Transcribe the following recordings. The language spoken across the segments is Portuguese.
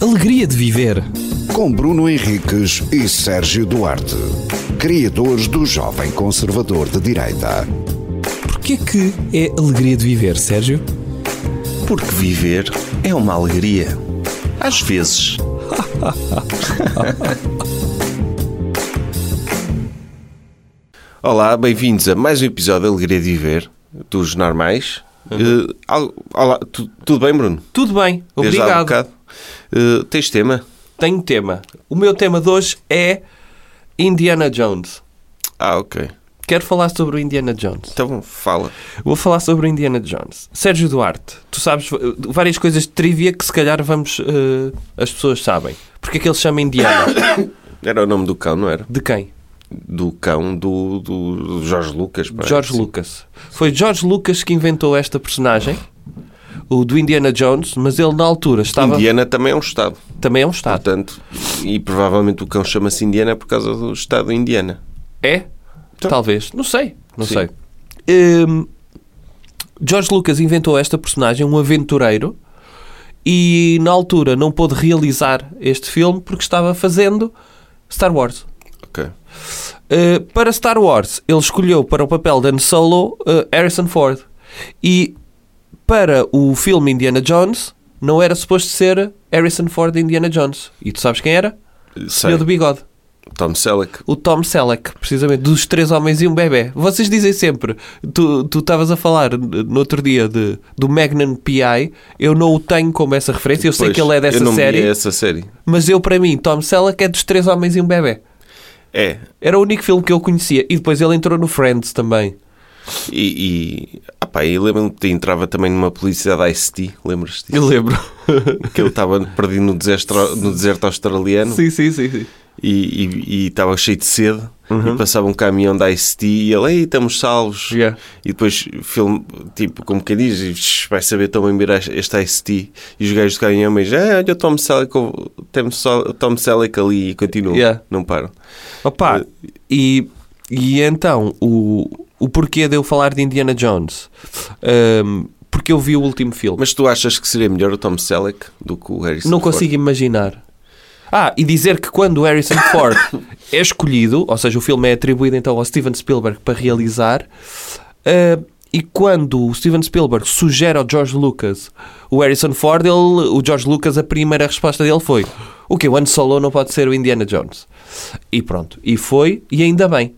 alegria de viver. Com Bruno Henriques e Sérgio Duarte, criadores do Jovem Conservador de Direita. Porquê que é alegria de viver, Sérgio? Porque viver é uma alegria. Às vezes. Olá, bem-vindos a mais um episódio de Alegria de Viver dos Normais. Uhum. Eh, al- olá, tu- tudo bem, Bruno? Tudo bem, Desde há um obrigado. bocado. Eh, tens tema? Tenho tema. O meu tema de hoje é Indiana Jones. Ah, ok. Quero falar sobre o Indiana Jones. Então fala. Vou falar sobre o Indiana Jones. Sérgio Duarte, tu sabes eh, várias coisas de trivia que se calhar vamos. eh, as pessoas sabem. Porque é que ele se chama Indiana? Era o nome do cão, não era? De quem? Do cão do, do Jorge Lucas. De parece. George Lucas. Foi George Lucas que inventou esta personagem, o do Indiana Jones, mas ele na altura estava. Indiana também é um estado. Também é um Estado. Portanto, e provavelmente o cão chama-se Indiana por causa do estado de Indiana. É? Talvez. Não sei. Não Então, Sim. sei. Hum, George Lucas inventou esta personagem, um aventureiro, e na altura não pôde realizar este filme porque estava fazendo Star Wars. Ok. Uh, para Star Wars, ele escolheu para o papel de Han Solo uh, Harrison Ford. E para o filme Indiana Jones, não era suposto ser Harrison Ford de Indiana Jones. E tu sabes quem era? Sei. Senhor do bigode. Tom Selleck. O Tom Selleck, precisamente, dos três homens e um bebê. Vocês dizem sempre, tu tu estavas a falar n- no outro dia de, do Magnum P.I., eu não o tenho como essa referência, eu sei Pois, que ele é eu dessa não vi série, essa série. mas eu, para mim, Tom Selleck é dos três homens e um bebê. É. Era o único filme que eu conhecia. E depois ele entrou no Friends também. E, e, ah pá, e lembro-me que entrava também numa polícia da ICT, lembras-te Eu disso? lembro. Que ele estava perdido no deserto, no deserto australiano sim, sim, sim, sim. e e- e estava cheio de sede. E passava um caminhão da ICT e ele, ei, estamos salvos. Uhum. Yeah. E depois, filme, tipo, como quem diz, e, "Shh, vai saber tão bem virar este ICT. E os gajos do caminhão, mas, ah, olha o Tom Selleck, o Tom Sel- Tom Selleck ali e continuam. Yeah. Não param. É. Opa, e, e então, o, o porquê de eu falar de Indiana Jones? Ahm, porque eu vi o último filme. Mas tu achas que seria melhor o Tom Selleck do que o Harrison Não Ford? consigo imaginar. Ah, e dizer que quando o Harrison Ford é escolhido, ou seja, o filme é atribuído então ao Steven Spielberg para realizar, ah, e quando o Steven Spielberg sugere ao George Lucas o Harrison Ford, ele, o George Lucas, a primeira resposta dele foi: O que? O Han Solo não pode ser o Indiana Jones. E pronto, e foi, e ainda bem.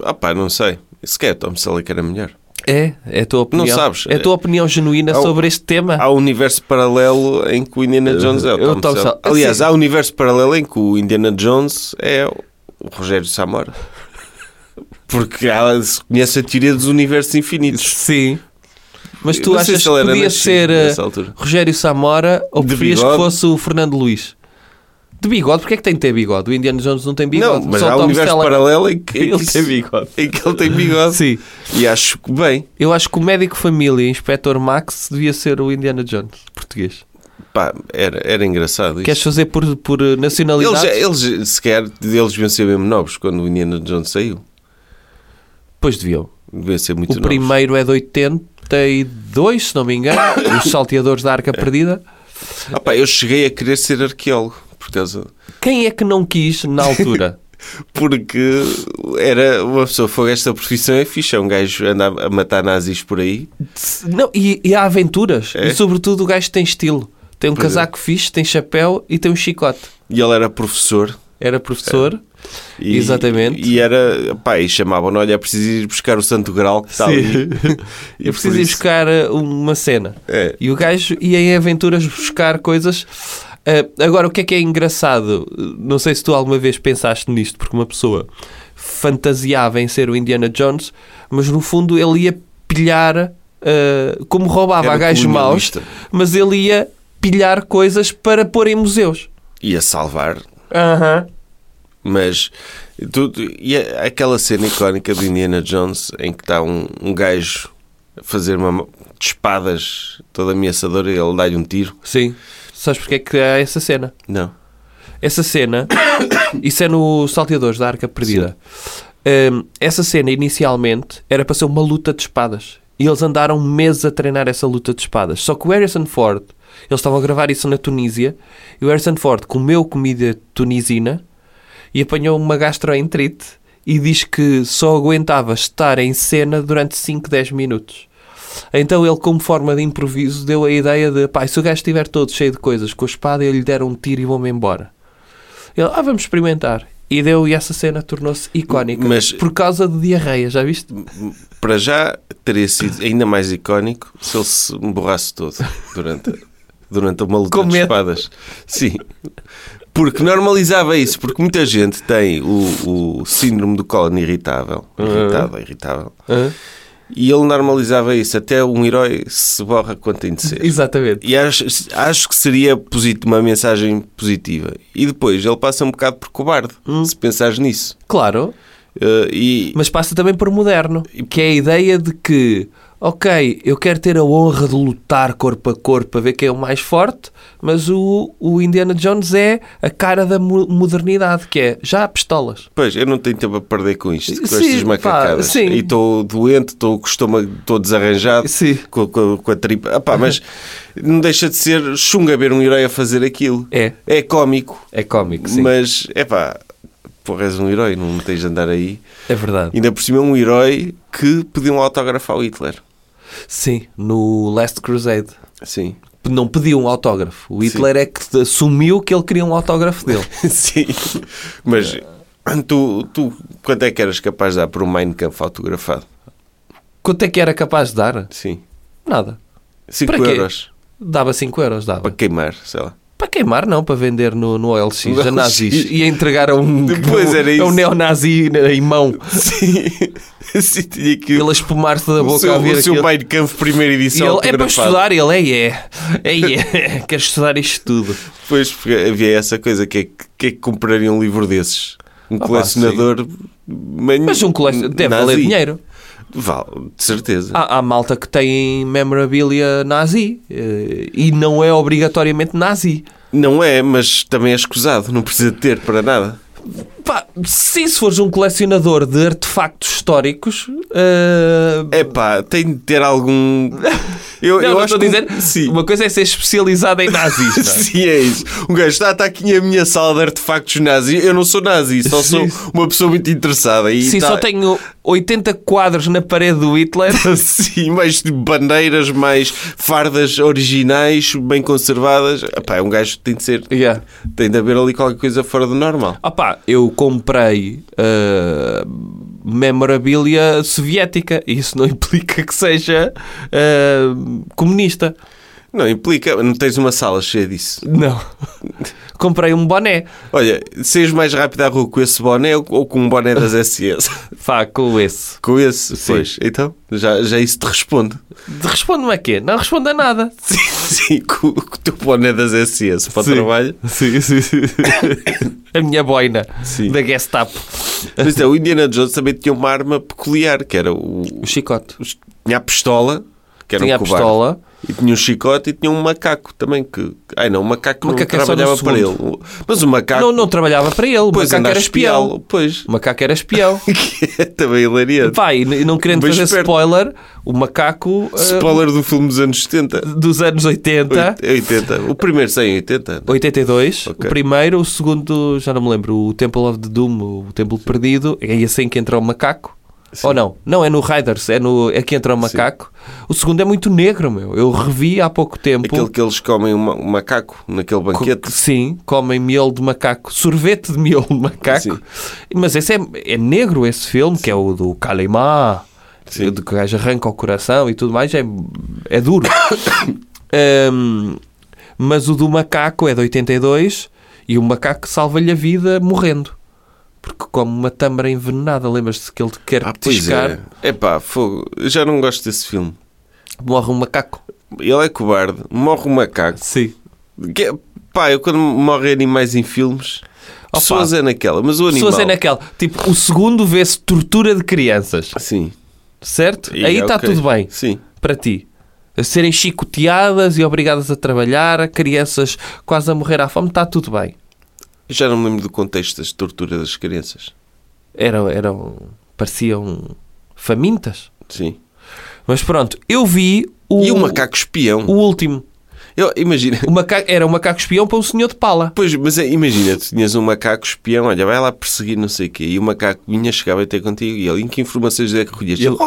Ah pá, não sei. Sequer Tom Selleck era melhor. É, é a tua opinião. Não sabes. É a tua opinião genuína Há o- sobre este tema. Há um universo paralelo em que o Indiana Jones é o é o Tom, Tom Selleck. Selleck. Aliás, Sim. há um universo paralelo em que o Indiana Jones é o Rogério Samora. Porque há, se conhece a teoria dos universos infinitos. Sim. Mas tu Não sei achas se que ele era podia nascido ser eh, nessa altura. Rogério Samora ou De preferias que bigode? fosse o Fernando Luís? De bigode? Porquê é que tem de ter bigode? O Indiana Jones não tem não, bigode. mas só o há um Tom universo Selleck. paralelo em que, em que Ele isso- tem bigode. em que ele tem bigode. Sim. E acho que bem. Eu acho que o médico família, Inspector Max, devia ser o Indiana Jones português. Pá, era, era engraçado isso. Queres fazer por, por eh, Eles, é, nacionalidade? eles, sequer, eles deviam ser mesmo novos quando o Indiana Jones saiu. Pois deviam. Deviam ser muito O novos. primeiro é de 82, se não me engano. Os salteadores da Arca Perdida. Ah pá, eu cheguei a querer ser arqueólogo por causa. Quem é que não quis na altura? Porque era uma pessoa foi esta profissão é ficha. Um gajo anda a matar nazis por aí. Não, e, e há aventuras. É? E sobretudo o gajo tem estilo. Tem um Pois é. casaco fixe, tem chapéu e tem um chicote. E ele era professor. Era É. professor. E, Exatamente. E era. Pá, e chamavam-no: olha, é preciso ir buscar o Santo Graal que está Sim. ali. E é Eu preciso por ir isso- buscar eh, uma cena. É. E o gajo ia em aventuras buscar coisas. Eh, agora, o que é que é engraçado? Eh, Não sei se tu alguma vez pensaste nisto, porque uma pessoa fantasiava em ser o Indiana Jones, mas no fundo ele ia pilhar, eh, como roubava Era a gajos maus, colonialista. mas ele ia pilhar coisas para pôr em museus. Ia salvar. Aham. Mas tudo, e a- aquela cena icónica do Indiana Jones em que está um, um gajo a fazer uma mão de espadas toda ameaçadora e ele dá-lhe um tiro. Sim. Sabes porque é que há essa cena? Não. Essa cena, isso é no Salteadores da Arca Perdida. Hum, essa cena inicialmente era para ser uma luta de espadas. E eles andaram meses a treinar essa luta de espadas. Só que o Harrison Ford Eles estavam a gravar isso na Tunísia e o Harrison Ford comeu comida tunisina e apanhou uma gastroenterite e diz que só aguentava estar em cena durante 5, 10 minutos. Então ele, como forma de improviso, deu a ideia de pá, se o gajo estiver todo cheio de coisas com a espada, eu lhe der um tiro e vou-me embora. Ele, ah, vamos experimentar. E deu, e essa cena tornou-se icónica. Mas- por causa de diarreia, já viste? Para já teria sido ainda mais icónico se ele se borrasse todo durante, durante uma luta Com de medo. espadas. Sim. Porque normalizava isso, porque muita gente tem o, o síndrome do cólon irritável. Irritado, irritável. Hã? E ele normalizava isso. Até um herói se borra quando tem de ser. Exatamente. E acho, acho que seria posit- uma mensagem positiva. E depois ele passa um bocado por cobarde, Hum. se pensares nisso. Claro, Eh, e, mas passa também por moderno, que é a ideia de que, ok, eu quero ter a honra de lutar corpo a corpo para ver quem é o mais forte, mas o, o Indiana Jones é a cara da mo- modernidade, que é já há pistolas. Pois, eu não tenho tempo a perder com isto, com Sim, estas pá, macacadas. sim. E estou doente, estou com o estômago todo desarranjado, Sim. com, com- com a tripa. Ah, pá, mas não deixa de ser chunga ver um herói a fazer aquilo. É. É cómico, É cómico, mas é pá, porra, és um herói, não tens de andar aí. É verdade. Ainda por cima é um herói que pediu um autógrafo ao Hitler. Sim, no Last Crusade. Sim. Não pediu um autógrafo. O Hitler é que assumiu que ele queria um autógrafo dele. Sim. Mas tu, tu, quanto é que eras capaz de dar por um Mein Kampf autografado? Quanto é que era capaz de dar? Sim. Nada. 5 Para quê? euros. Dava 5 euros, dava. Para queimar, sei lá. Para queimar, não, para vender no, no OLX, No a nazis. OLX. E a entregar a um, Depois um, era a um isso. neonazi em mão, Sim, sim tinha que. ele a espumar-se da o boca seu, a ver o seu aquilo. Mein Kampf, primeira E edição. ele, é para autografada." estudar, ele é, é, é, é, quero estudar isto tudo. Pois, porque havia essa coisa: que é que, que, é que compraria um livro desses? Um Ah, pá, colecionador. mani- Mas um colecionador deve valer nazi. dinheiro. Ah. Vale, de certeza. Há, há malta que tem memorabilia nazi eh, e não é obrigatoriamente nazi. Não é, mas também é escusado, não precisa de ter para nada. Pá, se isso fores um colecionador de artefactos históricos, eh, É pá, tem de ter algum. Eu, não, eu não acho estou a que um- dizer. Sim. Uma coisa é ser especializado em nazis. não é? Sim, é isso. Um gajo está, está aqui a minha sala de artefactos nazi. Eu não sou nazi, só sou Sim. uma pessoa muito interessada. E Sim, tá- só tenho 80 quadros na parede do Hitler. Sim, mais tipo, bandeiras, mais fardas originais, bem conservadas. Epá, um gajo tem de ser. Yeah. Tem de haver ali qualquer coisa fora do normal. Opa, eu comprei ah, memorabilia soviética. Isso não implica que seja ah, comunista. Não implica, não tens uma sala cheia disso. Não. comprei um boné. Olha, seis mais rápido à rua com esse boné ou ou com um boné das SS? Fá, com esse. com esse, Sim. pois. Então, já, já isso te responde. Responde-me a quê? Não responde a nada. Sim, sim, com, com o teu boné das SS para Sim. o trabalho. Sim, sim, sim. A minha boina Sim. da Gestapo. Mas então, o Indiana Jones também tinha uma arma peculiar, que era o... O chicote. Tinha a pistola, que era Tinha um a cobarde. pistola. E tinha um chicote e tinha um macaco também que... Ai não, o macaco, não Macaco é só trabalhava no para ele. Mas o macaco... Não, não trabalhava para ele. O Pois, macaco anda a era espião. espiá-lo. Pois. O macaco era espião. Que é também hilariante. Pá, e n- não querendo Bem fazer esperto. spoiler, o macaco eh, Spoiler do filme dos anos 70. dos anos 80, Oit- 80. O primeiro saiu em 80. 82, Ok. o primeiro, o segundo, já não me lembro, o Temple of the Doom, o Templo Perdido, é assim que entra o macaco. Ou não? Não, é no Riders, é, no, é que entra o macaco. O segundo é muito negro, meu. Eu revi há pouco tempo. Aquele que eles comem um ma- um macaco naquele Co- banquete. Sim, comem miolo de macaco, sorvete de miolo de macaco. Sim. Mas esse é, é negro, esse filme, que é o do Kalimá, Sim. do que o gajo arranca o coração e tudo mais, é, é duro. Ahm, mas o do macaco é de 82 e o macaco salva-lhe a vida morrendo. Porque come uma tâmara envenenada, lembras-te que ele quer Ah, pois pescar, é. Epá, fogo. Eu já não gosto desse filme. morre um macaco. Ele é cobarde. Morre um macaco. Sim. Que, é, pá, eu quando morrem animais em filmes, Opa. pessoas é naquela, mas o animal... Pessoas é naquela. Tipo, o segundo vê-se tortura de crianças, Sim. certo? E, Aí está ok. tudo bem. Sim. para ti? A serem chicoteadas e obrigadas a trabalhar, a crianças quase a morrer à fome, está tudo bem. Eu já não me lembro do contexto das tortura das crianças. Eram, eram, pareciam famintas. Sim. Mas pronto, eu vi o, E o macaco espião. o último. Eu, imagina, O macaco- era um macaco espião para um senhor de pala. Pois, mas é, imagina, tu tinhas um macaco espião, olha, vai lá perseguir não sei o quê, e o macaco vinha, chegava até contigo, e ele, em que informações é que recolheste? Ele,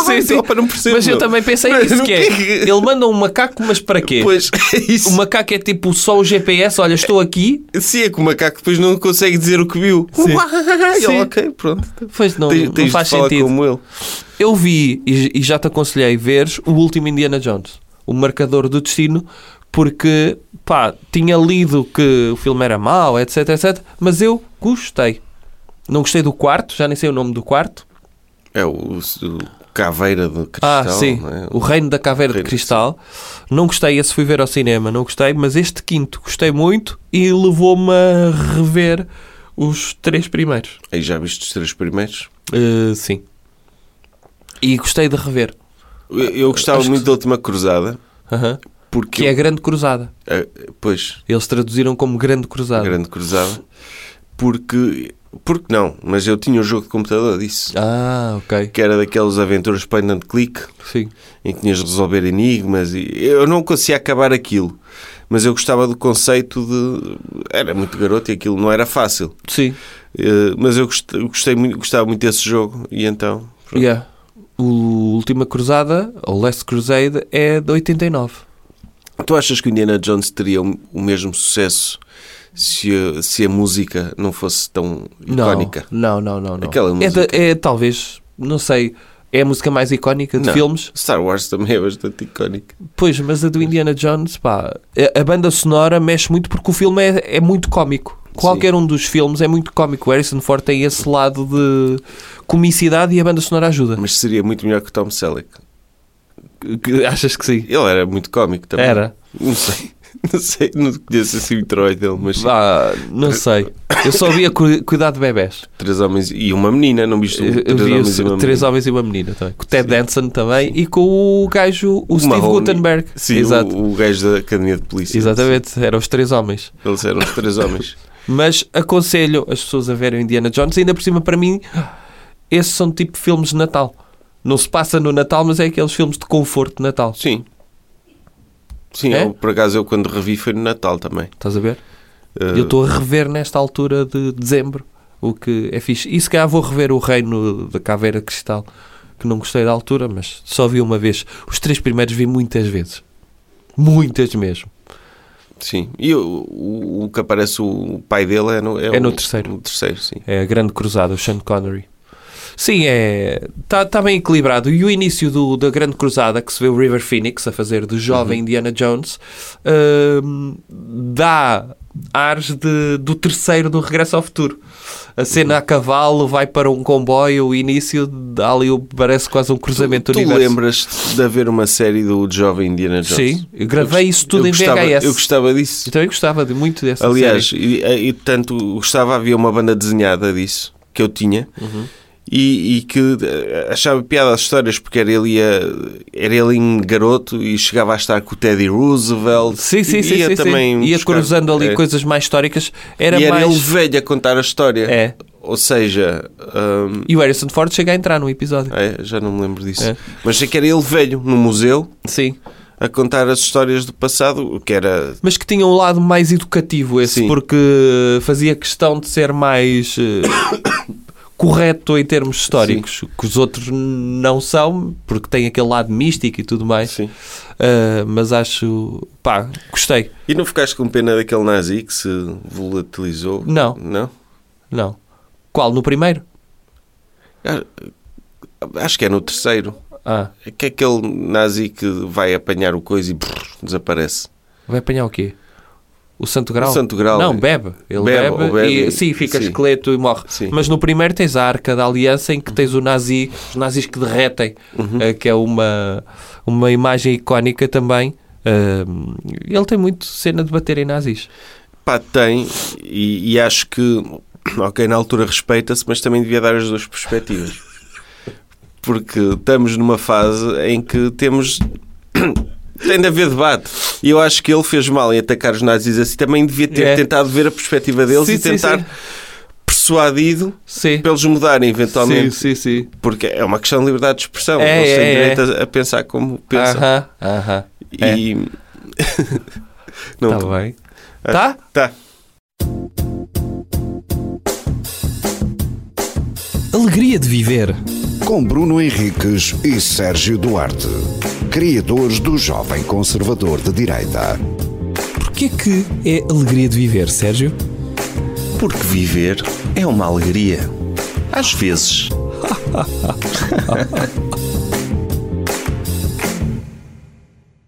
Sim, sim. "Oh, pá, não percebo, Mas eu meu." também pensei Mas nisso o que que é. é que- Ele manda um macaco, mas para quê? Pois, é isso. O macaco é tipo só o GPS, olha, estou aqui. Sim, é que o macaco depois não consegue dizer o que viu. Ele, Sim. ok, pronto. Pois não, Tens- não tens de faz falar sentido. como ele. Eu vi, e, e já te aconselhei, veres o último Indiana Jones, o marcador do destino, porque, pá, tinha lido que o filme era mau, etc, etc, mas eu gostei. Não gostei do quarto, já nem sei o nome do quarto. É o, o- o caveira do Ah, cristal. sim, não é? o Reino da Caveira Reino de de Cristal. Não gostei, esse fui ver ao cinema, não gostei, mas este quinto gostei muito e levou-me a rever os três primeiros. Aí já viste os três primeiros? Eh, sim. E gostei de rever. Eu, eu gostava acho que- muito da última cruzada, Aham. porque... Que é a Grande Cruzada. eu- ah, pois, Eles traduziram como Grande Cruzada. grande cruzada, porque... Porque não, mas eu tinha um jogo de computador disso. Ah, ok. que era daqueles aventuras point and click, Sim. em que tinhas de resolver enigmas e eu não conseguia acabar aquilo. Mas eu gostava do conceito de. Era muito garoto e aquilo não era fácil. Sim. Eh, Mas eu gostei, gostei muito, gostava muito desse jogo e então. pronto. Yeah. O Última Cruzada, ou Last Crusade, é de 89. Tu achas que o Indiana Jones teria o o mesmo sucesso se, a- se a música não fosse tão icónica? Não, não, não. não. Aquela é, música. da- é talvez, não sei, é a música mais icónica de Não. filmes. Star Wars também é bastante icónica. Pois, mas a do Indiana Jones, pá, a, a banda sonora mexe muito porque o filme é, é muito cómico. Qualquer um dos filmes é muito cómico. O Harrison Ford tem esse lado de comicidade e a banda sonora ajuda. Mas seria muito melhor que o Tom Selleck. Que- que- Achas que sim? Ele era muito cómico também. Era. Não sei. Não sei, não conheço assim o trabalho dele, mas sim. Ah, não sei. Eu só via cu- cuidar de bebés. três homens e uma menina, não viste? Eu é um Três vi homens e uma três menina. homens e uma menina também. Com o Ted Danson também e com o gajo, o, Steve Mahoney. Gutenberg. Sim, Exato. O, o gajo da academia de polícia. Exatamente, eram os três homens. Eles eram os três homens. Mas aconselho as pessoas a verem o Indiana Jones. Ainda por cima, para mim, esses são tipo filmes de Natal. Não se passa no Natal, mas é aqueles filmes de conforto de Natal. Sim. Sim, É? eu, por acaso eu quando revi foi no Natal também. Estás a ver? Eh, Eu estou a rever nesta altura de dezembro, o que é fixe. E se calhar vou rever o Reino da Caveira de Cristal, que não gostei da altura, mas só vi uma vez. Os três primeiros vi muitas vezes. Muitas mesmo. Sim. E o, o, o que aparece o pai dele é no, É no o- terceiro. o terceiro, sim. É a grande cruzada, o Sean Connery. Sim, é. Está tá bem equilibrado. E o início do- da Grande Cruzada, que se vê o River Phoenix a fazer do Uhum. jovem Indiana Jones, hum, dá ares de- do terceiro do Regresso ao Futuro. A cena a cavalo vai para um comboio, o início dá ali o- parece quase um Tu, cruzamento tu universo. lembras de haver uma série do jovem Indiana Jones? Sim, eu gravei gost- isso tudo eu em gostava- VHS. Eu gostava disso. Eu também gostava de muito dessa Aliás, Então, série. e, e tanto gostava, havia uma banda desenhada disso que eu tinha Uhum. e, e que eh, achava piada as histórias porque era ele, a- era ele em garoto e chegava a estar com o Teddy Roosevelt. Sim, sim, e sim. ia sim, sim. também Ia buscar- cruzando ali é. coisas mais históricas. Era E era mais... ele velho a contar a história. É. Ou seja, hum, E o Harrison Ford chega a entrar num episódio. é, já não me lembro disso. É. Mas sei que era ele velho no museu Sim. a contar as histórias do passado, o que era Mas que tinha um lado mais educativo esse, Sim. porque fazia questão de ser mais eh, correto em termos históricos, que os outros não são, porque tem aquele lado místico e tudo mais. Sim. Ah, mas acho, pá, gostei. E não ficaste com pena daquele nazi que se volatilizou? Não. Não? Não. Qual? No primeiro? Ah, Acho que é no terceiro. Ah, Que é aquele nazi que vai apanhar o coisa e brrr, desaparece. vai apanhar o quê? O Santo Grau? O Santo Grau, Não, é. bebe. Ele Bebe, bebe, ou bebe e, e- sim, fica sim. esqueleto e morre. Sim. Mas no primeiro tens a Arca da Aliança em que tens o nazi, os nazis que derretem, Uhum. eh, que é uma, uma imagem icónica também. Ah, ele tem muito cena de bater em nazis. Pá, tem. E, e acho que, ok, na altura respeita-se, mas também devia dar as duas perspectivas. Porque estamos numa fase em que temos. Tem de haver debate. E eu acho que ele fez mal em atacar os nazis assim. Também devia ter É. tentado ver a perspectiva deles Sim, e sim, tentar sim. persuadido Sim. para eles mudarem eventualmente. sim, sim. Porque é uma questão de liberdade de expressão. É, Eles têm é, direito a- a pensar como pensam. Aham, aham. É. E, Não, Está bem. Tá? tá. Alegria de viver. Com Bruno Henriques e Sérgio Duarte, criadores do Jovem Conservador de Direita. Porquê que é alegria de viver, Sérgio? Porque viver é uma alegria. Às vezes.